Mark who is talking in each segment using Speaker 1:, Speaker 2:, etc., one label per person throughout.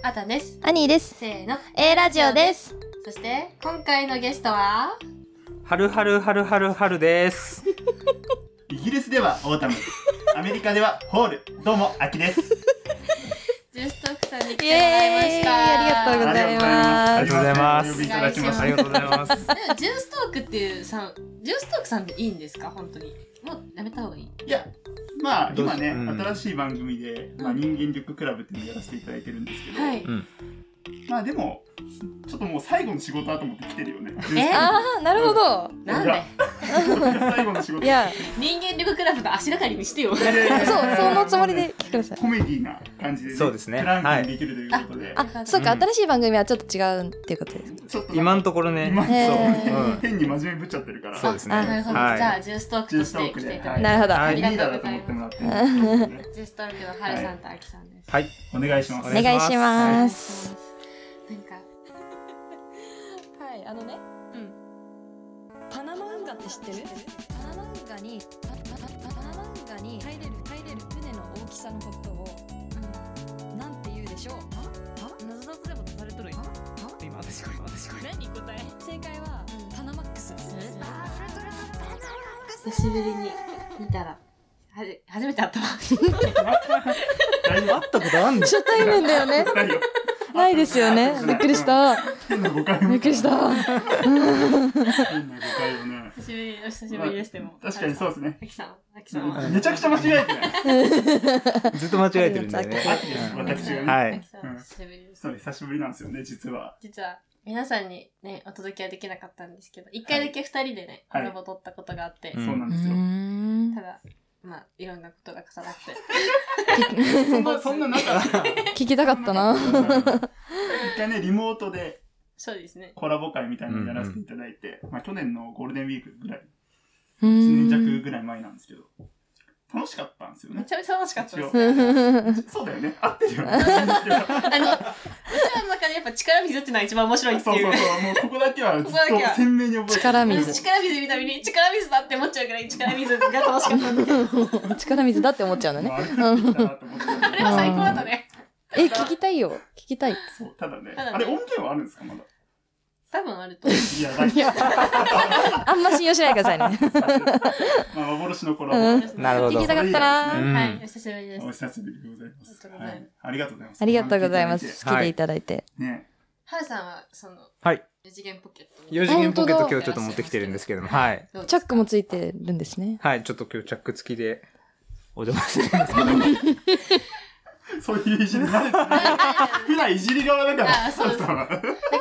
Speaker 1: あたです。
Speaker 2: アニーです。
Speaker 1: せーの。
Speaker 2: A ラジオです。
Speaker 1: そして、今回のゲストは、
Speaker 3: はるはるはるはるはるです。
Speaker 4: イギリスではオー タム、アメリカではホール。どうも、秋です。
Speaker 1: ジューストックさんに来てもらいました。
Speaker 2: イエーイありがとうございます
Speaker 3: ありがとうございます
Speaker 4: お呼びいただきまし
Speaker 1: お
Speaker 3: あ
Speaker 1: 願
Speaker 3: りが
Speaker 4: た。
Speaker 3: とうございます。
Speaker 1: でもジューストークっていうさん、ジューストークさんでいいんですか本当に。もうやめた方がいい。
Speaker 4: いや、まあ、
Speaker 3: どう
Speaker 4: 今
Speaker 3: し
Speaker 4: ね、
Speaker 3: うん
Speaker 4: 新しい番組で、まあ、人間力クラブっていうのをやらせていただいてるんですけど、
Speaker 1: はい。
Speaker 3: うん。
Speaker 4: まあでも、ちょっともう最後の仕事だと思って来てるよね。
Speaker 2: ああ、なるほど。
Speaker 1: なんだよ。
Speaker 4: 最後の仕事。
Speaker 2: いや、
Speaker 1: 人間力クラブの足がかりにしてよ。
Speaker 4: いやいやい
Speaker 2: そ
Speaker 4: や
Speaker 2: う、そのつもりで来てください。
Speaker 4: コメディな感じで、
Speaker 3: そうですね
Speaker 4: プランクにできるということで、
Speaker 2: あ、そうか、
Speaker 3: うん
Speaker 2: 新しい番組はちょっと違うっていうことです。
Speaker 4: ちょっと
Speaker 3: 今
Speaker 4: 今、
Speaker 3: のところね、
Speaker 4: 今
Speaker 2: へ
Speaker 3: そう、
Speaker 2: ー
Speaker 4: 変に真面目ぶっちゃってるから、
Speaker 3: そうですね
Speaker 2: あ
Speaker 1: なるほど。
Speaker 3: はい
Speaker 1: じゃあ、ジューストークとして来ていただ
Speaker 4: はいい
Speaker 1: て。
Speaker 2: なるほど。
Speaker 3: は
Speaker 4: リ
Speaker 3: い
Speaker 4: ーダーだと思ってもらってるんですけどね、
Speaker 1: ジューストークの春さんと秋さんです。
Speaker 3: はい、
Speaker 4: お願いします
Speaker 2: お。願いしま。。
Speaker 1: ますなんか、
Speaker 2: はい、あのね。うん。パナマ運河って知ってるパナマ運河に、パナマ運河に入れる、入れる船の大きさのことを、なんて言うでしょう謎だとでも出されとるよ。
Speaker 3: 今私これ私これ。
Speaker 2: 何答え正解は、パナマックス。
Speaker 1: 久しぶりに見たら、はじ初めて会ったわ。
Speaker 3: 会ったことあんの？
Speaker 2: 初対面だよね。
Speaker 4: 何よ
Speaker 2: ないですよね。びっくりした。
Speaker 4: 変な誤解を
Speaker 2: びっくりした。
Speaker 4: 変な誤解をね。
Speaker 1: 久しぶり、お久しぶりです、でも。
Speaker 4: 確かにそうですね。
Speaker 1: 秋さん、秋さんは。
Speaker 4: めちゃくちゃ間違えてない。
Speaker 3: ずっと間違えてるん だよね。
Speaker 4: 秋です、私がね。
Speaker 3: はい
Speaker 1: 秋さん、久しぶりです。
Speaker 4: そう、久しぶりなんですよね、実は。
Speaker 1: 実は、皆さんにね、お届けはできなかったんですけど、一回だけ二人でね、コ
Speaker 4: はい
Speaker 1: ラボ撮ったことがあって
Speaker 3: う、ん
Speaker 4: そうなんですよ。
Speaker 1: ただ、まあ、いろんなことが重なって。
Speaker 4: そんな、そんな中、
Speaker 2: 聞きたかったな。
Speaker 4: 一回ね、リモートで
Speaker 1: そうですね。
Speaker 4: コラボ会みたいなのやらせていただいて、まあ去年のゴールデンウィークぐらい、
Speaker 2: う
Speaker 4: 1年弱
Speaker 2: ん
Speaker 4: ぐらい前なんですけど、楽しかったんですよ
Speaker 1: め
Speaker 4: ね
Speaker 1: ち。ゃめちゃ楽しかったです。
Speaker 4: そうだよね、合ってるよ ね。
Speaker 1: あの、うちらの中でやっぱ力水っていうのは一番面白いって
Speaker 4: そうそう
Speaker 1: い。
Speaker 4: そうう、もうここだけはずっ
Speaker 1: こ
Speaker 4: と
Speaker 1: こだけは
Speaker 4: 鮮明に覚えてる
Speaker 2: 力水
Speaker 1: 力水見たびに力水だって思っちゃうぐらい力水が楽しかったんで
Speaker 2: 力水だって思っちゃうのね。
Speaker 4: あれは
Speaker 1: あれは最高だったね
Speaker 2: え、聞きたいよ。聞きたい。
Speaker 4: そう、ただね、
Speaker 1: ただね
Speaker 4: あれ音源はあるんですか、まだ。
Speaker 1: 多分あると思う
Speaker 4: いや、だ
Speaker 2: いや、あんま信用しないでくださいね。
Speaker 4: まあ、幻のコラボ。
Speaker 2: うん
Speaker 3: なるほど
Speaker 2: 聞きたかったな。
Speaker 3: うん
Speaker 1: はいお久しぶりです
Speaker 4: お久しぶりでございます。
Speaker 1: ありがとうござい
Speaker 4: は
Speaker 1: ます
Speaker 4: い、ありがとうございます。
Speaker 2: ありがと
Speaker 4: お話聞
Speaker 2: うございます。来ていただいて。
Speaker 4: いただいてね、
Speaker 1: ハルさんはその
Speaker 3: はい。
Speaker 1: 四次元ポケット
Speaker 3: 四次元ポケット今日ちょっと持ってきてるんですけども、はい。
Speaker 1: どうです
Speaker 2: チャックもついてるんですね。
Speaker 3: はい、ちょっと今日チャック付きでお邪魔してますけど。
Speaker 4: そういういじり慣れてない。普段いじり側だから。
Speaker 1: あそうです
Speaker 4: そうそう
Speaker 1: なんか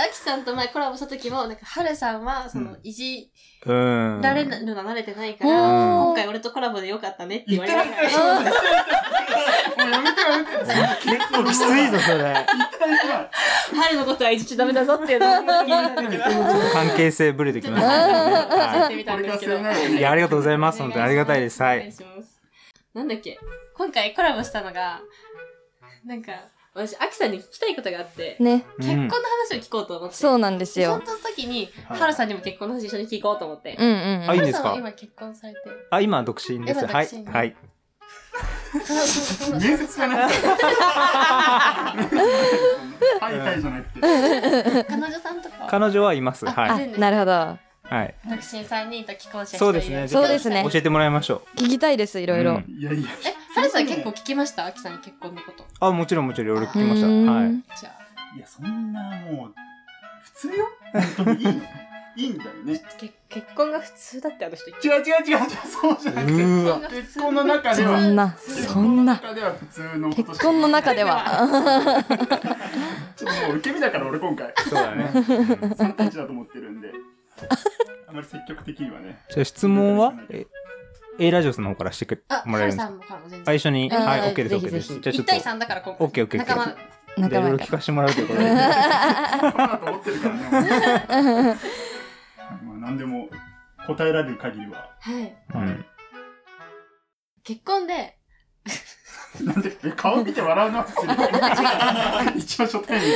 Speaker 1: アキさんと前コラボした時もなんかハルさんはそのいじ
Speaker 3: うん。
Speaker 1: られるのが慣れてないから、
Speaker 2: うん
Speaker 1: 今回俺とコラボでよかったねって言
Speaker 4: 言
Speaker 1: わ
Speaker 4: っ
Speaker 1: れ
Speaker 4: て
Speaker 1: な
Speaker 4: な
Speaker 1: が
Speaker 4: く
Speaker 1: ら
Speaker 4: て。もうやめてやめて。そんな結構
Speaker 3: きついぞそれ。
Speaker 1: ハルのことは一応ダメだぞっていうのを聞いたんだけど
Speaker 3: 関係性ぶれてき
Speaker 1: ちょっ
Speaker 3: ま
Speaker 1: と
Speaker 3: し
Speaker 1: ハルさ
Speaker 3: たね。は
Speaker 1: んに聞いてみたんですけ
Speaker 4: これ
Speaker 1: ど
Speaker 4: が
Speaker 3: い。いや、ありがとうございます。本当にありがたいです。は
Speaker 1: お願
Speaker 3: い。
Speaker 1: しますなんだっけ今回コラボしたのが、なんか、私、アキさんに聞きたいことがあって、
Speaker 2: ね。
Speaker 1: 結婚の話を聞こうと思って。
Speaker 2: そうなんです
Speaker 1: でそ
Speaker 2: よ
Speaker 1: の。時に、
Speaker 4: はい
Speaker 1: ハルさんにも結婚の話一緒に聞こうと思って。
Speaker 2: うんうん
Speaker 3: は
Speaker 1: ハ
Speaker 3: いい
Speaker 1: ル
Speaker 3: んです
Speaker 1: さん
Speaker 3: か
Speaker 1: は今結婚されて。
Speaker 3: あ、今独身です。
Speaker 1: 今
Speaker 3: はい
Speaker 1: 独身。
Speaker 3: はい。
Speaker 1: そう
Speaker 4: 面接 じゃない。はいはいじゃなくて。
Speaker 1: 彼女さんとかは、
Speaker 3: 彼女はいます。
Speaker 2: あ
Speaker 3: は、い。
Speaker 2: なるほど。
Speaker 3: はい。
Speaker 1: 独身3人と既婚者1人
Speaker 3: そうですね。
Speaker 2: そうですね
Speaker 3: ちょっと教えてもらいましょう。
Speaker 2: 聞きたいです、いろいうろ。
Speaker 3: ん
Speaker 4: いやいや。
Speaker 1: え、ハルさん結構聞きましたアキさんに結婚のこと。
Speaker 3: あ、もちろんもちろん、俺聞き
Speaker 2: う
Speaker 3: ました。
Speaker 2: ーん
Speaker 3: はい。
Speaker 1: じゃあ、
Speaker 4: いやそんなもう普通よ。本当にいいのいいんだよね。
Speaker 1: け結婚が普通だってあの人言っ
Speaker 4: 違う違う違う違うそうじゃなく
Speaker 3: う
Speaker 4: て。
Speaker 3: ーわ。
Speaker 4: 結婚の中で
Speaker 2: そ
Speaker 4: は
Speaker 2: んな、
Speaker 4: 結
Speaker 2: そ
Speaker 4: 婚
Speaker 2: ん
Speaker 4: の
Speaker 2: な。
Speaker 4: 中では普通のことし
Speaker 2: 結
Speaker 4: か
Speaker 2: 婚の中 では。
Speaker 4: ちょっともう受け身だから俺今回
Speaker 3: そうだね。うん
Speaker 4: 3対1だと思ってるんであんまり積極的にはね
Speaker 3: じゃあ質問はえ ?A ラジオさんの方からしてく
Speaker 1: あ、
Speaker 3: も
Speaker 1: ハ
Speaker 3: らえ
Speaker 1: ル
Speaker 3: るんで
Speaker 1: さ
Speaker 3: すか
Speaker 1: んも彼も全
Speaker 3: あ
Speaker 1: 然。
Speaker 3: 一緒に。
Speaker 2: うん
Speaker 3: はい、OK です、
Speaker 2: ぜひ
Speaker 3: OK です。
Speaker 2: ぜ
Speaker 3: じゃあち
Speaker 1: 1
Speaker 3: ょっと、
Speaker 1: 対
Speaker 3: じゃ
Speaker 1: 3だから今
Speaker 3: オッケーオッケーオッケ
Speaker 1: 仲
Speaker 3: ー
Speaker 1: 間
Speaker 3: あい
Speaker 2: 仲
Speaker 3: ろいろ
Speaker 2: 間
Speaker 3: 聞
Speaker 2: か。
Speaker 3: かせてもらうということで。
Speaker 4: そうだと思ってるからね俺まあ何でも答えられる限りは
Speaker 1: はい。
Speaker 3: うん
Speaker 1: 結婚で、
Speaker 4: なんでえ顔見て笑うなって一応初対面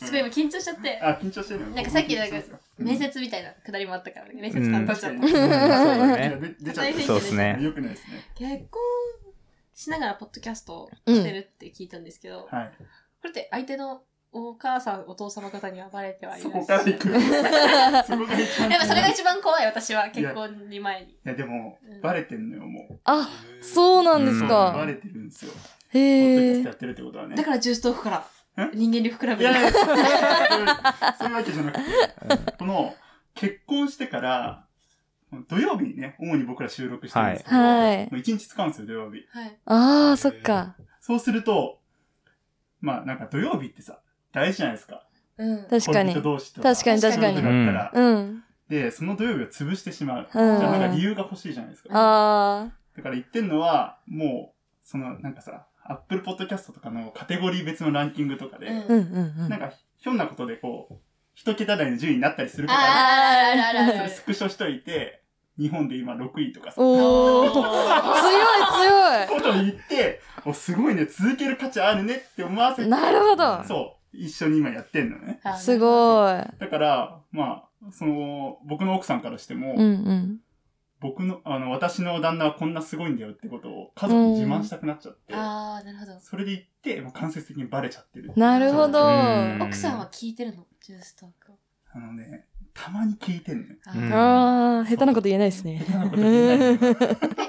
Speaker 1: すごい今緊張しちゃって、
Speaker 4: あ緊張してるの
Speaker 1: なんかさっきなんか
Speaker 4: うん
Speaker 1: 面接みたいなくだりもあったからね、面接官と
Speaker 4: 確
Speaker 1: ちゃ
Speaker 4: か
Speaker 1: った。
Speaker 4: にそうだ
Speaker 3: ね
Speaker 4: ね出出ちゃっ
Speaker 3: そうです
Speaker 4: た
Speaker 3: ね。
Speaker 4: よくないですね
Speaker 1: 結婚しながらポッドキャストをしてるって聞いたんですけど、こ
Speaker 4: はい
Speaker 1: れって相手のお母さん、お父様方にはバレてはい
Speaker 4: そ
Speaker 1: ない
Speaker 4: こ
Speaker 1: し。
Speaker 4: から 行く。そこから行く。
Speaker 1: やっぱそれが一番怖い、私は。結婚に前に。
Speaker 4: いやでも
Speaker 1: うん、
Speaker 4: バレてんのよ、もう。
Speaker 5: あ、そうなんです
Speaker 3: うん
Speaker 4: バ
Speaker 5: か。
Speaker 4: レてるんですよ。ポッドキャ
Speaker 5: へ
Speaker 4: ス
Speaker 5: え
Speaker 4: ト。やってるってことはね。
Speaker 1: だから重ストークから
Speaker 4: ん
Speaker 1: 人間力比べ
Speaker 4: いやい
Speaker 1: る。
Speaker 4: や、そういう そういうわけじゃなくて、この、結婚してから、土曜日にね、主に僕ら収録してるんですけど、
Speaker 5: はい。
Speaker 4: もう一日使うんですよ、土曜日。
Speaker 1: はい。
Speaker 5: ああ、そっか。
Speaker 4: そうすると、まあなんか土曜日ってさ、大事じゃないですか。
Speaker 1: うん。
Speaker 5: 確かに
Speaker 4: 恋。人同士と
Speaker 5: 確かに確かに
Speaker 4: そういうことだったら、
Speaker 5: うん。
Speaker 4: で、その土曜日を潰してしまう。
Speaker 5: うん
Speaker 4: じゃあなんか理由が欲しいじゃないですか。
Speaker 5: ああ。
Speaker 4: だから言ってんのは、もう、そのなんかさ、Apple Podcast とかのカテゴリー別のランキングとかで、
Speaker 1: うん
Speaker 5: うんうんう
Speaker 4: なん
Speaker 5: ん。
Speaker 4: かひょんなことでこう、一桁台の順位になったりする
Speaker 1: あ
Speaker 4: か
Speaker 1: ー
Speaker 4: ら、
Speaker 1: あらあらあらあら
Speaker 4: そ
Speaker 1: あ
Speaker 4: れ
Speaker 1: ら。
Speaker 4: スクショしといて、日本で今6位とかさ、
Speaker 5: おお。強い強
Speaker 4: ことに行って、お、すごいね、続ける価値あるねって思わせ
Speaker 5: い。
Speaker 4: て、
Speaker 5: なるほど。
Speaker 4: そう、一緒に今やってんのね。
Speaker 1: あー
Speaker 5: すごい。
Speaker 4: だから、まあ、その、僕の奥さんからしても、
Speaker 5: うんうん。
Speaker 4: 僕の、あの、私の旦那はこんなすごいんだよってことを家族に自慢したくなっちゃって、
Speaker 1: ああ、なるほど。
Speaker 4: それで行って、もう間接的にバレちゃってる。
Speaker 5: なるほど。
Speaker 3: うん
Speaker 1: 奥さんは聞いてるのジューストークを。
Speaker 4: あのね、たまに聞いてんのよ。
Speaker 1: あ
Speaker 3: う
Speaker 1: ー
Speaker 3: ん
Speaker 5: ああ、下手なこと言えないですね
Speaker 4: 下。手なこと言えない。
Speaker 1: え、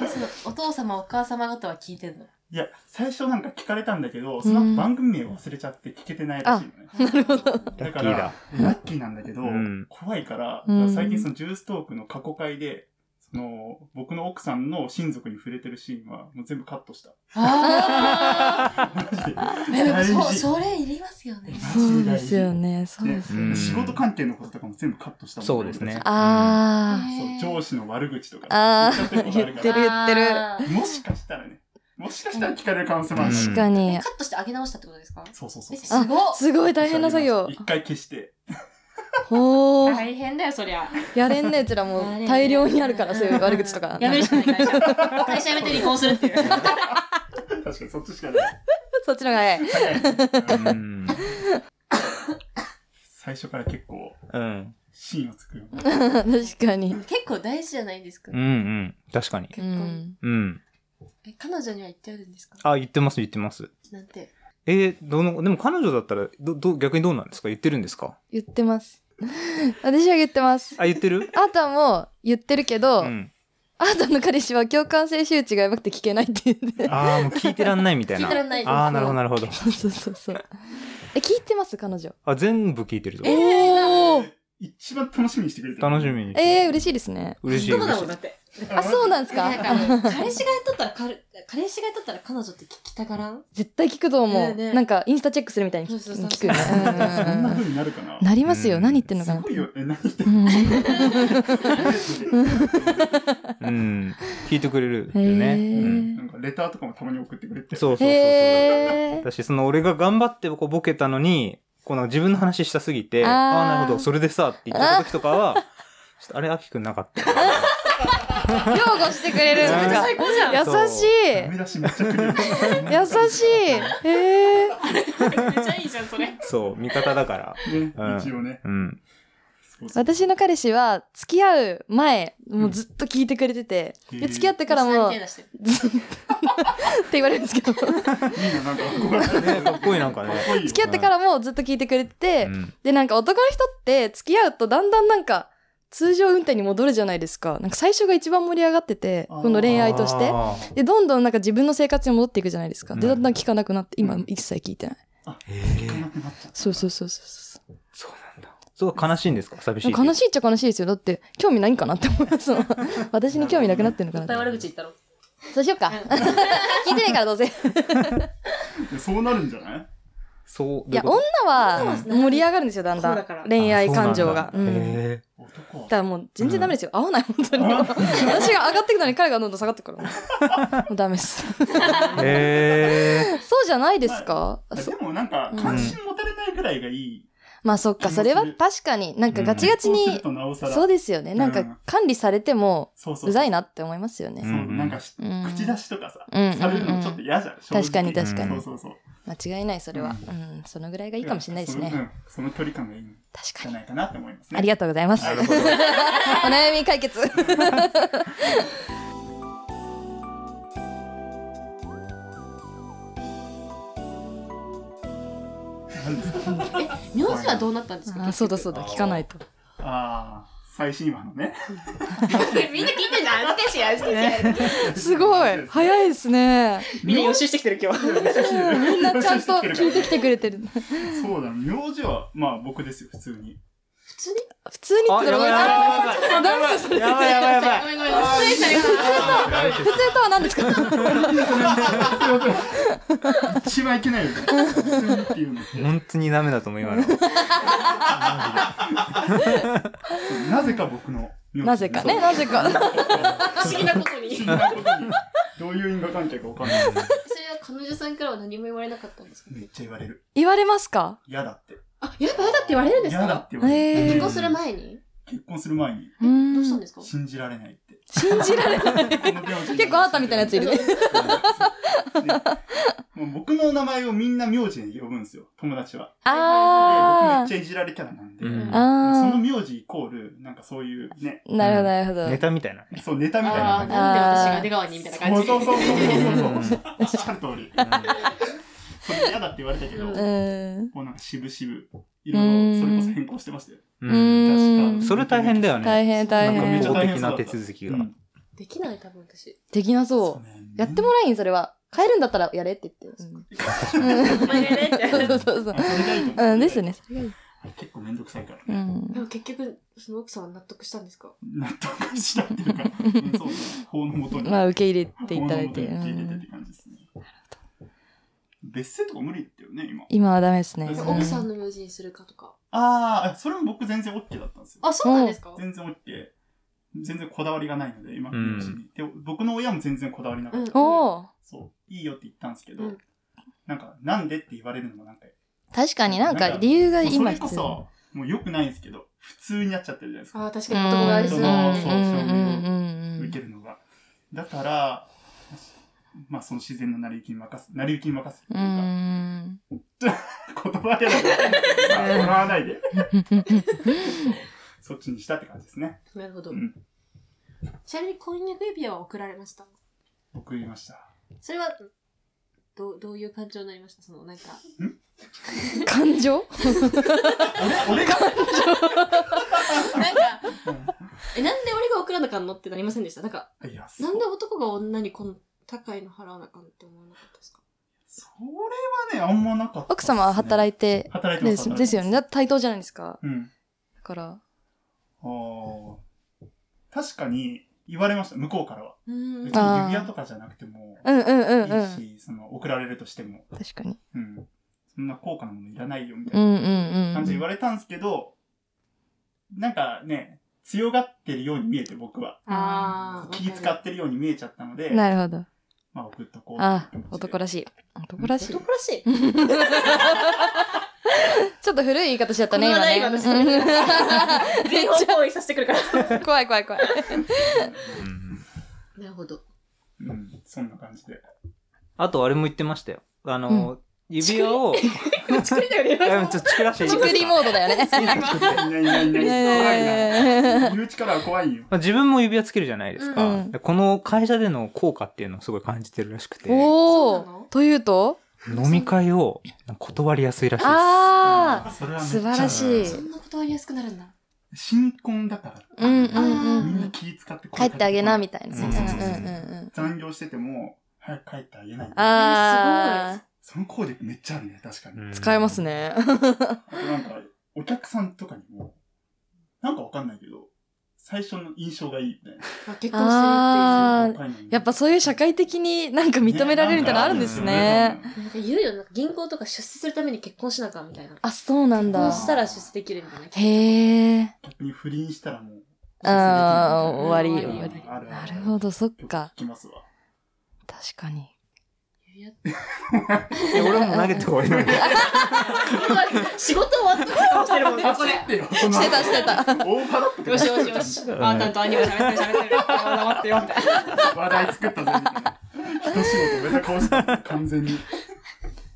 Speaker 1: その、お父様、お母様方は聞いてる の
Speaker 4: いや、最初なんか聞かれたんだけど、その番組名を忘れちゃって聞けてないらしいの
Speaker 1: な
Speaker 4: ね。
Speaker 1: るほど。
Speaker 3: ラッ
Speaker 4: か
Speaker 3: キーだ
Speaker 4: ら。ラッキーなんだけど、
Speaker 3: うん
Speaker 4: 怖いから、
Speaker 5: うん
Speaker 4: 最近そのジューストークの過去会で、その、僕の奥さんの親族に触れてるシーンは、もう全部カッ トした。
Speaker 1: あ
Speaker 4: マジで。
Speaker 1: あ。 でも
Speaker 4: 大事
Speaker 1: そう、それいりますよね。
Speaker 5: そうですよね。そう
Speaker 4: で
Speaker 5: ですよね。
Speaker 4: 仕事関係のこととかも全部カットしたもん
Speaker 3: そうですね
Speaker 5: あ
Speaker 4: そう、
Speaker 1: へー
Speaker 4: 上司の悪口とか。
Speaker 5: あー
Speaker 4: 言っちゃってることある
Speaker 5: 言
Speaker 4: か
Speaker 5: ってる言ってる
Speaker 1: あ
Speaker 4: ら
Speaker 1: ー
Speaker 4: もしかしたらね、もしかしたら聞かれる可能性もあ
Speaker 5: あ。
Speaker 4: る。
Speaker 3: うん
Speaker 5: 確かに
Speaker 1: え。カットして上げ直したってことですか
Speaker 4: そうそうそ
Speaker 1: え
Speaker 4: う。
Speaker 1: すごっ
Speaker 5: すごい大変な作業。
Speaker 4: 一回消して。
Speaker 5: ほー。
Speaker 1: 大変だよ、そりゃ。
Speaker 5: やれんねうちらもう大量にあるから、そういう悪口とか。
Speaker 1: やめるしかない会社。 会社辞めて離婚するっていう。
Speaker 4: 確かにそっちしかない。
Speaker 5: そっちの方が早い。
Speaker 4: 早
Speaker 3: う
Speaker 4: い
Speaker 3: ん。
Speaker 4: 最初から結構、
Speaker 3: うん。
Speaker 4: 芯をつくよね。
Speaker 5: 確かに。
Speaker 1: 結構大事じゃないですか
Speaker 3: うんう。ん。確かに。
Speaker 5: う
Speaker 1: 結婚。
Speaker 5: ん。
Speaker 3: うん。
Speaker 1: え、彼女には言ってあるんですか
Speaker 3: あ、言ってます、言ってます。
Speaker 1: なんて。
Speaker 3: えー、どの、でも彼女だったら、ど、ど、逆にどうなんですか言ってるんですか
Speaker 5: 言ってます。私は言ってます。
Speaker 3: あ、言ってる
Speaker 5: あーたも言ってるけど、
Speaker 3: うん。
Speaker 5: あーたの彼氏は共感性周知がやばくて聞けないって言 って。
Speaker 3: ああ、もう聞いてらんないみたいな。
Speaker 1: 聞いてらんない
Speaker 3: ああ、なるほど、なるほど。
Speaker 5: そうそうそうそう。え、聞いてます彼女。
Speaker 3: あ、全部聞いてるぞ。
Speaker 5: おー
Speaker 4: 一番楽しみにしてくれてる。
Speaker 3: 楽しみに。
Speaker 5: えー、嬉しいですね。
Speaker 3: 嬉しい。
Speaker 1: どうだ
Speaker 3: 嬉
Speaker 1: もん
Speaker 3: しい
Speaker 1: だ。って。
Speaker 5: あ、そうなんですか
Speaker 1: なんかもう、彼氏がやっとったらかる、彼氏がやっとったら彼女って聞きたがらん
Speaker 5: 絶対聞くと思
Speaker 1: ねえ
Speaker 5: う。
Speaker 1: ねえ
Speaker 5: なんか、インスタチェックするみたいに
Speaker 1: そうそうそう
Speaker 5: 聞くよね。
Speaker 4: そん
Speaker 5: うんう
Speaker 4: なん
Speaker 5: うん
Speaker 4: 風になるかな。
Speaker 5: なりますよ。
Speaker 3: うん
Speaker 5: 何言ってんのか
Speaker 4: す
Speaker 5: な
Speaker 4: ご。いよ。え、何言って
Speaker 5: うん
Speaker 4: の
Speaker 5: ん
Speaker 3: うん。聞いてくれるよ
Speaker 5: へ
Speaker 3: ね。
Speaker 5: ー
Speaker 3: うん。
Speaker 4: なんかレターとかもたまに送ってくれて。
Speaker 3: そうそうそうそう。
Speaker 5: へー。
Speaker 3: 私、その俺が頑張ってこうボケたのに、この自分の話したすぎて、
Speaker 5: あー
Speaker 3: ああ、なるほど、それでさ、って言った時とか は、ちょっとあれ、あきくんなかった。
Speaker 5: 擁護してくれるん
Speaker 3: めちゃめちゃ
Speaker 5: で
Speaker 1: 最高じゃん
Speaker 5: すか。優しい。
Speaker 4: ダメ出しめっちゃくれる。
Speaker 5: 優しい。へえ。
Speaker 1: めっちゃいいじゃん、それ。
Speaker 3: そう、味方だから。
Speaker 4: い。ね
Speaker 3: うん、
Speaker 4: 一応ね。
Speaker 3: うん。
Speaker 4: そうそう
Speaker 5: 私の彼氏は付き合う前、もうずっと聞いてくれてて、
Speaker 4: うん
Speaker 5: で付き合ってからも、
Speaker 1: 手
Speaker 5: ずっ
Speaker 1: 出してる
Speaker 5: とって言われるんですけど、付
Speaker 4: いいな、なんか憧れ
Speaker 3: ね、かっこいいなんか
Speaker 4: か
Speaker 3: ね。
Speaker 4: っこいいよ。
Speaker 5: き合ってからもずっと聞いてくれてて、
Speaker 3: うん
Speaker 5: で、なんか男の人って付き合うとだんだんなんか、通常運転に戻るじゃないですか。なんか最初が一番盛り上がってて、
Speaker 4: あー
Speaker 5: この恋愛として。
Speaker 3: あ
Speaker 5: で、どんどんなんか自分の生活に戻っていくじゃないですか。で、だんだん聞かなくなって、今
Speaker 3: うん
Speaker 5: 一切聞いてない。
Speaker 3: ーへ
Speaker 4: 行か
Speaker 3: え
Speaker 4: なくなっちゃう
Speaker 5: そうそうそうそうそう。
Speaker 3: そうなんだ。そう、悲しいんですか寂しい。
Speaker 5: 悲しいっちゃ悲しいですよ。だって、興味ないんかなって思います。その私の興味なくなってんのかな
Speaker 1: 絶
Speaker 5: って
Speaker 1: 対。悪口言ったろ。
Speaker 5: そうしようか。聞いてないからどうせ。い
Speaker 4: いやそうなるんじゃない
Speaker 3: そう、
Speaker 5: や、
Speaker 3: どう
Speaker 5: 女
Speaker 3: うこ
Speaker 5: は盛り上がるんですよ、だんだ
Speaker 1: そうだ
Speaker 5: ん
Speaker 1: から。
Speaker 3: と
Speaker 5: 恋愛感情が
Speaker 3: あ。
Speaker 5: う。
Speaker 3: そうんなんだ
Speaker 5: だ
Speaker 3: へ
Speaker 4: 男は。
Speaker 5: からもう全然ダメですよ。合わない、本当に。
Speaker 4: 合わ
Speaker 5: 私が上がっていくのに彼がどんどん下がってくから。もうダメです。
Speaker 3: え。へえ。
Speaker 5: そうじゃないですかそ
Speaker 4: でもなんか、関心持たれないぐらいがいい。
Speaker 5: まあそっか、それは確かに、なんかガチガチ
Speaker 4: そうする
Speaker 5: に、
Speaker 4: となおさら。
Speaker 5: そうですよね。なん
Speaker 4: うん
Speaker 5: か管理されても、
Speaker 4: そうそう
Speaker 5: うざいなって思いますよ
Speaker 4: そう、
Speaker 5: ね。
Speaker 3: ん
Speaker 4: なんかし、
Speaker 5: うん
Speaker 4: 口出しとかさ、
Speaker 5: うんうんうん
Speaker 4: されるのちょっと嫌じゃん。正直
Speaker 5: 確かに確か
Speaker 4: そう
Speaker 5: に。
Speaker 4: そうそう。
Speaker 5: 間違いない、それは。
Speaker 4: う
Speaker 5: うん、そのぐらいがいいかもしれないです
Speaker 4: う
Speaker 5: ね。
Speaker 4: んその距離感がいいん
Speaker 5: 確
Speaker 4: じ
Speaker 5: か
Speaker 4: ゃ
Speaker 5: に。
Speaker 4: ないかなって思いますね。
Speaker 5: ありがとうございます。
Speaker 4: な
Speaker 5: お
Speaker 4: るほど
Speaker 5: 悩み解決。
Speaker 1: え名字はどうなったんですか
Speaker 5: あそうだそううだ聞かないと
Speaker 4: ああ、最新話のね。
Speaker 1: みんな聞いてんじゃん恥ずかしい恥ずかしい
Speaker 5: すご い 早いですね
Speaker 1: みんな予習してきてる今日
Speaker 5: みんなちゃんと聞いてきてくれてる
Speaker 4: そうだ、名字は、まあ僕ですよ、普通に。
Speaker 1: 普通に
Speaker 5: 普通にって
Speaker 3: あ、やばいやばい
Speaker 5: ダ
Speaker 3: やばい
Speaker 5: ンスする
Speaker 3: やばいやばいやば
Speaker 1: ごめん
Speaker 3: い
Speaker 1: ごめん普通にした
Speaker 5: 普通とは何ですか
Speaker 4: 一番いけないよね。普通にっていうのって。
Speaker 3: 本当にダメだと思う今の。
Speaker 4: そうなぜか僕の名字。
Speaker 5: なぜかねなぜか
Speaker 1: 不思議なことに
Speaker 4: そ。
Speaker 1: そうれ
Speaker 4: そん
Speaker 1: は
Speaker 4: なことにどういう因果関係かわかんない。
Speaker 1: 彼女さんからは何も言われなかったんですか
Speaker 4: めっちゃ言われる。
Speaker 5: 言われますか
Speaker 4: 嫌だって。
Speaker 1: あやっぱやだって言われるんです
Speaker 4: 嫌だ
Speaker 1: か
Speaker 4: って言われ
Speaker 5: へ
Speaker 4: る。
Speaker 5: ー
Speaker 1: 結婚する前に
Speaker 4: 結婚する前に。
Speaker 5: う
Speaker 1: どうした
Speaker 5: ん
Speaker 1: んですか
Speaker 4: 信じられないって。
Speaker 5: 信じられない 結
Speaker 4: 結
Speaker 5: 構あなたみたいなやついるね。
Speaker 4: もう僕の名前をみんな名字で呼ぶんですよ、友達は。で僕め
Speaker 5: あ
Speaker 4: っちゃいじられキャラなんで、
Speaker 3: うん
Speaker 5: ー
Speaker 4: そ
Speaker 5: あ
Speaker 4: の名字イコール、なんかそういうね、
Speaker 5: ーなるほどなるほど
Speaker 3: ネタみたいな。
Speaker 4: そうネタみたい
Speaker 1: ああ
Speaker 4: な
Speaker 1: ー
Speaker 4: 感
Speaker 1: なんで私が出川にみたいな感
Speaker 4: じ。
Speaker 1: じ
Speaker 4: そうそうそうそう
Speaker 3: うん
Speaker 4: そうそう。おっしゃる 通り。それ嫌だって言われたけど、
Speaker 1: うん
Speaker 4: こ
Speaker 5: うん
Speaker 4: うなんか渋々、いろいろそれこそ変更してましたよ。
Speaker 3: う。
Speaker 5: うんん
Speaker 3: それ大変だよね。
Speaker 5: 大変大
Speaker 4: なんかめ
Speaker 5: 変
Speaker 4: っちゃ
Speaker 3: 公
Speaker 4: 大
Speaker 3: 的
Speaker 4: 変そう
Speaker 3: な
Speaker 4: だった
Speaker 3: 手続き
Speaker 4: う
Speaker 3: が。
Speaker 4: ん
Speaker 1: できない多分私
Speaker 5: できな
Speaker 4: そ
Speaker 5: そう
Speaker 4: ね
Speaker 5: うやってもらえんそれは変えるんだったらやれって言ってうん
Speaker 1: お前ねって
Speaker 5: そうそうそう
Speaker 4: あそれがいいと思
Speaker 5: うんですね
Speaker 4: 結構めんどくさいからね。
Speaker 5: うん
Speaker 1: でも結局その奥さんは納得したんですか
Speaker 4: 納得したっ ていうか、うんそうね、法のもとに。
Speaker 5: まあ受け入れてい
Speaker 4: 法
Speaker 5: ただ
Speaker 4: の
Speaker 5: い
Speaker 4: 下
Speaker 5: て
Speaker 4: に受け入れて
Speaker 5: う
Speaker 4: っ
Speaker 5: ん
Speaker 4: て感じですね。別姓とか無理だよね、今。
Speaker 5: 今はダメですね
Speaker 4: う
Speaker 1: 奥さ
Speaker 5: うん
Speaker 1: の名字にするかとか
Speaker 4: ああ、それも僕全然 OK だったんですよ。
Speaker 1: あそうなんですか
Speaker 4: 全然 OK。全然こだわりがないので、今、
Speaker 3: うん
Speaker 4: うちにで僕の親も全然こだわりなかった。
Speaker 1: うん
Speaker 5: おー
Speaker 4: そう、いいよって言ったんですけど、
Speaker 1: うん
Speaker 4: なんか、なんでって言われるのもなんか、
Speaker 5: 確かになん
Speaker 4: な
Speaker 5: か
Speaker 4: んか
Speaker 5: 理由が
Speaker 4: もうそ
Speaker 5: 今
Speaker 4: れこ
Speaker 5: 必要
Speaker 4: そ、もう良くないんですけど、普通にやっちゃってるじゃないです
Speaker 1: あ
Speaker 4: か。
Speaker 1: ー確かに男がありそうだ
Speaker 4: そ
Speaker 1: ね
Speaker 4: う
Speaker 5: ん
Speaker 4: 受けるのが。だから、まあ、その自然の成り行きに任せ、成り行きに任せると
Speaker 5: う
Speaker 4: いうか、
Speaker 5: ん
Speaker 4: 言葉選びはもらわないで。そっちにしたって感じですね。
Speaker 1: なるほど
Speaker 4: うん
Speaker 1: ちなみに婚約指輪は送られました
Speaker 4: 僕言いました。
Speaker 1: それはどうどういう感情になりましたそのなんか
Speaker 5: 感情
Speaker 4: 俺が
Speaker 1: なんかえなんで俺が送らなかんのってなりませんでしたなんか
Speaker 4: いや、そ
Speaker 1: なんで男が女にこの高いの払わなあかんって思わなかったですか
Speaker 4: それはね、あんまなかった、
Speaker 5: 奥様は働
Speaker 4: い
Speaker 5: いて
Speaker 4: 働いて
Speaker 5: で
Speaker 4: ます
Speaker 5: すですよね。だって対等じゃないですか
Speaker 4: うん。
Speaker 5: だから
Speaker 4: あー確かに言われました、向こうからは。
Speaker 1: うーん
Speaker 4: 別に指輪とかじゃなくても、
Speaker 5: うんうんうんう
Speaker 4: い
Speaker 5: ん
Speaker 4: いし、その、送られるとしても、
Speaker 5: 確かに
Speaker 4: うん。そんな高価なものいらないよ、みたいな
Speaker 5: う。んうんう
Speaker 4: 感じで言
Speaker 5: ん
Speaker 4: われたんですけど、なんかね、強がってるように見えて僕は。
Speaker 1: ああ
Speaker 4: 気使ってるように見えちゃったので、
Speaker 5: なるほど
Speaker 4: まあ送っとこう
Speaker 5: あ男
Speaker 4: ら
Speaker 5: らしい男ら しい
Speaker 1: 男らしい
Speaker 5: ちょっと古い言い方しちゃったね
Speaker 1: この
Speaker 5: 今
Speaker 1: 話
Speaker 5: ね
Speaker 1: 題私
Speaker 5: うん
Speaker 1: 全方行為させてくるから
Speaker 5: 怖い怖い怖い
Speaker 3: うん
Speaker 1: なるほど
Speaker 4: うん、そんな感じで。
Speaker 3: あと、あれも言ってましたよ。あの、指輪を、
Speaker 1: 作りたよね
Speaker 3: あうんちょっと作らせていただ
Speaker 5: 作
Speaker 3: き
Speaker 5: り
Speaker 3: ま
Speaker 5: モ
Speaker 3: す
Speaker 5: ードだよね
Speaker 4: いやいやいやいや、怖いな。言う力は怖いよ。
Speaker 3: まあ自分も指輪つけるじゃないですか、
Speaker 5: うん
Speaker 3: でこの会社での効果っていうのをすごい感じてるらしくて飲
Speaker 5: お
Speaker 1: そうなの
Speaker 5: おというと
Speaker 3: み会を断りやすいらしいです
Speaker 5: あ
Speaker 4: それ
Speaker 5: あ
Speaker 4: は
Speaker 5: 素晴らしい
Speaker 1: そんな断りやすくなるんだ
Speaker 4: 新婚だか
Speaker 5: う
Speaker 4: ら。
Speaker 5: んうんう
Speaker 4: み
Speaker 5: ん
Speaker 4: ん
Speaker 5: う
Speaker 4: なん気使って
Speaker 5: 帰ってあげなみ
Speaker 4: た
Speaker 5: たいな
Speaker 3: そううん
Speaker 5: う
Speaker 3: そ
Speaker 5: ん
Speaker 3: うそう
Speaker 5: うんうん
Speaker 4: いな。残業してても、早く帰ってあげない。
Speaker 5: ああ
Speaker 4: そのコーデめっちゃあるね、確かに。
Speaker 5: 使えます、ね
Speaker 4: あとなんか、お客さんとかにも、なんかわかんないけど、最初の印象がいいみたいな。
Speaker 1: あ結婚してるっていう
Speaker 5: あー
Speaker 4: 若いのに
Speaker 5: やっぱそういう社会的になんか認められるみたいなのあるんですね。。
Speaker 1: なんか言うよなんか銀行とか出世するために結婚しなあかんみたいな
Speaker 5: あ、そうなん
Speaker 1: 結婚
Speaker 5: だ。
Speaker 1: したら出世できるみたいな
Speaker 5: へえ。
Speaker 4: 逆に不倫したらもう。
Speaker 5: あー
Speaker 1: 終わり
Speaker 4: うん
Speaker 1: 終わり
Speaker 4: ある
Speaker 5: なるほど、そっか
Speaker 4: 聞。きますわ。
Speaker 5: 確かに。
Speaker 1: 指輪って
Speaker 3: いや俺も投げて終わ りなんで
Speaker 1: 仕事終わった顔してるもん ねこれ
Speaker 5: してた、してた。
Speaker 4: 大腹って
Speaker 1: よしよしよしあーたんと兄も喋ってる喋ってるあー黙ってよみたいな
Speaker 4: 話題作ったぜみたいな。一仕事終えた顔してた完全に。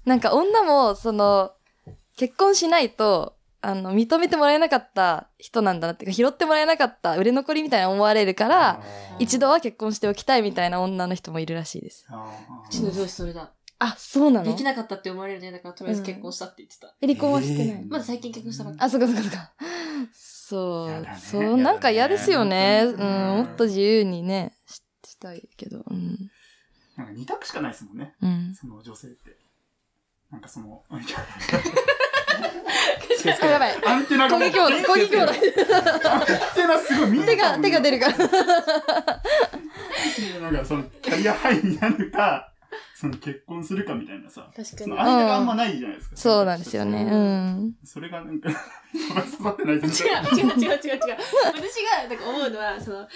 Speaker 5: なんか女も、その、結婚しないと、あの、認めてもらえなかった人なんだなっていうか、拾ってもらえなかった売れ残りみたいな思われるから、一度は結婚しておきたいみたいな女の人もいるらしいです。
Speaker 4: あ
Speaker 1: うちの上司それだ
Speaker 5: あ、そうな
Speaker 1: で
Speaker 5: の
Speaker 1: きなかったって思われるね。だからとりあえず結婚したって言ってた。
Speaker 5: え、離婚はしてない。
Speaker 3: えー
Speaker 1: まだ最近結婚したばっ か。
Speaker 5: あ、そっかそっかそっか。そ
Speaker 4: や
Speaker 5: う
Speaker 4: だ、ね
Speaker 5: そ
Speaker 4: やだ
Speaker 5: う、
Speaker 4: ね
Speaker 5: なんか嫌ですよね。う
Speaker 4: 本当
Speaker 5: ん、
Speaker 4: に
Speaker 5: もっと自由にね、ししたいけど。うん。
Speaker 4: なんか二択しかないですもんね。
Speaker 5: うん。
Speaker 4: その女性って。なんか その、
Speaker 5: あ、やばい。
Speaker 4: アンテナが
Speaker 5: 攻
Speaker 4: もう
Speaker 5: 撃も、攻撃もだ。
Speaker 4: アンテナすごい見え
Speaker 5: 手が、手が出
Speaker 4: る。
Speaker 5: るから。
Speaker 4: なんかそのキャリアハイになるか、その結婚するかみたいなさ。
Speaker 1: 確か
Speaker 4: そ
Speaker 1: に
Speaker 4: の。間があんまないじゃないですか。
Speaker 5: そうなんですよね。うん。
Speaker 4: それがなんか、 刺さって ないです
Speaker 1: 違う違う違う違う違う。私がなんか思うのは、その、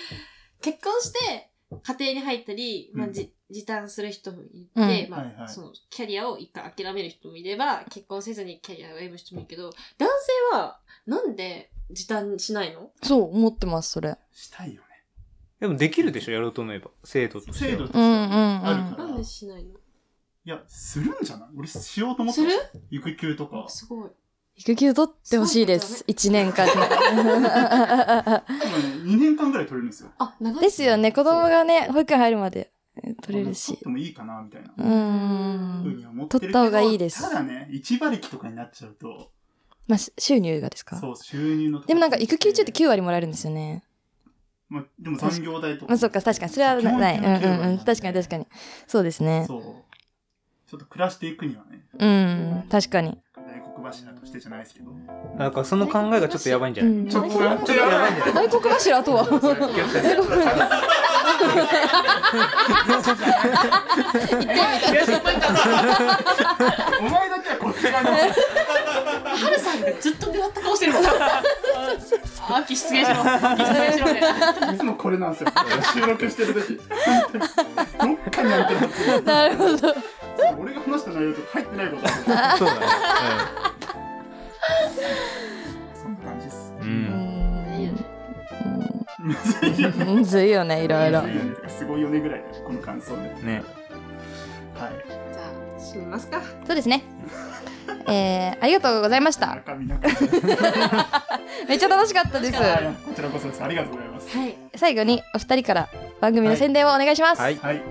Speaker 1: 結婚して家庭に入ったり、まあ、じ時短する人もいて、
Speaker 5: う
Speaker 1: まあ、
Speaker 4: はいはい
Speaker 1: その、キャリアを一回諦める人もいれば、結婚せずにキャリアを選ぶ人もいるけど、男性はなんで時短しないの
Speaker 5: そう、思ってます、それ。
Speaker 4: したいよね。
Speaker 3: でもできるでしょやろうと思えば。制度としては。
Speaker 4: 制度として
Speaker 5: うんうんう
Speaker 4: はある
Speaker 5: ん
Speaker 4: か。
Speaker 1: なん
Speaker 4: ら。
Speaker 1: で
Speaker 4: い
Speaker 1: しないの
Speaker 4: や、するんじゃない俺しようと思っ
Speaker 1: す
Speaker 4: て
Speaker 1: る
Speaker 4: ました。育休とか。
Speaker 1: すごい。
Speaker 5: 育休取ってほしいで
Speaker 1: そうだ
Speaker 5: す
Speaker 1: ね。
Speaker 5: 一年間 で。
Speaker 4: 多分ね、2年間ぐらい取れるんですよ。
Speaker 1: あ、長い。
Speaker 5: ですよね、子供がね、保育園入るまでえ取れる
Speaker 4: 取
Speaker 5: し
Speaker 4: って。もいいかな、みたいな。
Speaker 5: う。
Speaker 4: ふうんには思ってるけ
Speaker 5: 取っ
Speaker 4: ど
Speaker 5: た方がいいです
Speaker 4: ただね、1馬力とかになっちゃうと、
Speaker 5: まあ、し収入がですか
Speaker 4: そう、収入のとこ
Speaker 5: でもなんか育休中って9割もらえるんですよね。
Speaker 4: まあ、でも残業代とか。
Speaker 5: まあそっか、確かに。それはなない。
Speaker 4: 基
Speaker 5: う
Speaker 4: 本
Speaker 5: ん
Speaker 4: 給は
Speaker 5: うんうん。確かに確かに。そうですね。
Speaker 4: そう。ちょっと暮らしていくにはね、
Speaker 5: うん。確かに。
Speaker 4: 大黒柱としてじゃないですけど。
Speaker 3: なんかその考えがちょっとやばいんじゃない、
Speaker 5: うん
Speaker 4: ちょっとやばい。ちょっとやばいんだよ。
Speaker 5: 大黒柱とは。大黒柱。
Speaker 4: お前だけはこっち側の。
Speaker 1: ハルさんがずっと狙った顔して るもん。秋失礼します。秋失礼し ますね。
Speaker 4: いつもこれなんですよ。収録してる時。どっかになんてなってる
Speaker 5: なるほど。
Speaker 4: そう俺が話した内容とか入ってないことあ
Speaker 3: そうだね。
Speaker 4: る。そんな感じです。
Speaker 3: う。
Speaker 5: うんん
Speaker 4: むずいよね。
Speaker 5: むずいよね、いろいろ
Speaker 4: む。ずいよねとかすごいよねぐらいだよこの感想で。
Speaker 3: うん。ね。
Speaker 4: はい。
Speaker 1: じゃあ、閉めますか。
Speaker 5: そうですね。えー、ありがとうございました。
Speaker 4: 中身中身。
Speaker 5: めっちゃ楽しかったです。
Speaker 4: はいこちらこそです。ありがとうございます。
Speaker 1: はい。
Speaker 5: 最後にお二人から番組の宣伝をお願いします。
Speaker 3: はい。
Speaker 4: はい。じゃ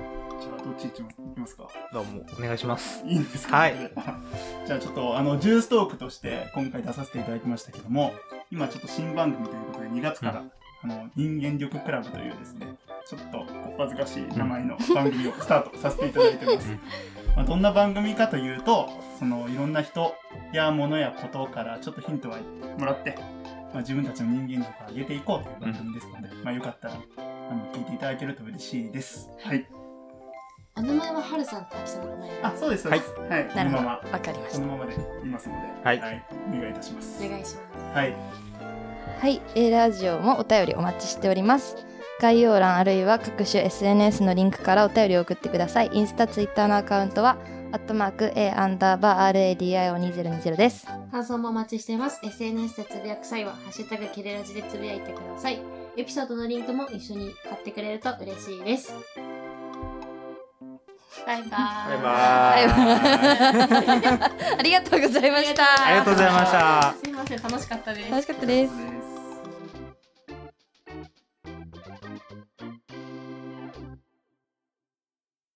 Speaker 4: あ、どっち行きます行きますか
Speaker 3: どうも、お願いします。
Speaker 4: いいんですか
Speaker 3: はい。
Speaker 4: じゃあ、ちょっと、あの、ジューストークとして、今回出させていただきましたけども、今、ちょっと新番組ということで、2月から、あの、人間力クラブというですね、ちょっと、お恥ずかしい名前の番組をスタートさせていただいてます
Speaker 3: うん。
Speaker 4: まあ、どんな番組かというと、その、いろんな人や物やことから、ちょっとヒントはもらって、まあ、自分たちの人間力を上げていこうという番組ですので、まあ、よかったら、あの、聞いていただけると嬉しいです。はい。
Speaker 1: お名前はハルさんと秋さんの名前。
Speaker 4: あ、そうです、そうです。はい。こ
Speaker 5: なる
Speaker 4: の
Speaker 5: ほ
Speaker 4: ま
Speaker 5: ど。
Speaker 4: ま
Speaker 5: わ。かりまし
Speaker 4: そ
Speaker 5: た。
Speaker 4: のままでいますので、
Speaker 3: はい
Speaker 4: お願いいたします。
Speaker 1: お願いします。
Speaker 4: はい、
Speaker 5: はい、えーラジオもお便りお待ちしております。概要欄あるいは各種 SNS のリンクからお便りを送ってください。インスタ、ツイッターのアカウントは、アットマーク A アンダーバー RADIO2020 です。
Speaker 1: 感想もお待ちしています。SNS でつぶやく際は、ハッシュタグケレラジでつぶやいてください。エピソードのリンクも一緒に買ってくれると嬉しいです。バイバー
Speaker 3: バイ
Speaker 5: はい
Speaker 3: バーイ。
Speaker 5: ありがとうございました。
Speaker 3: ありがとうございました。
Speaker 1: すいません、楽しかったです。
Speaker 5: 楽しかったです。
Speaker 4: です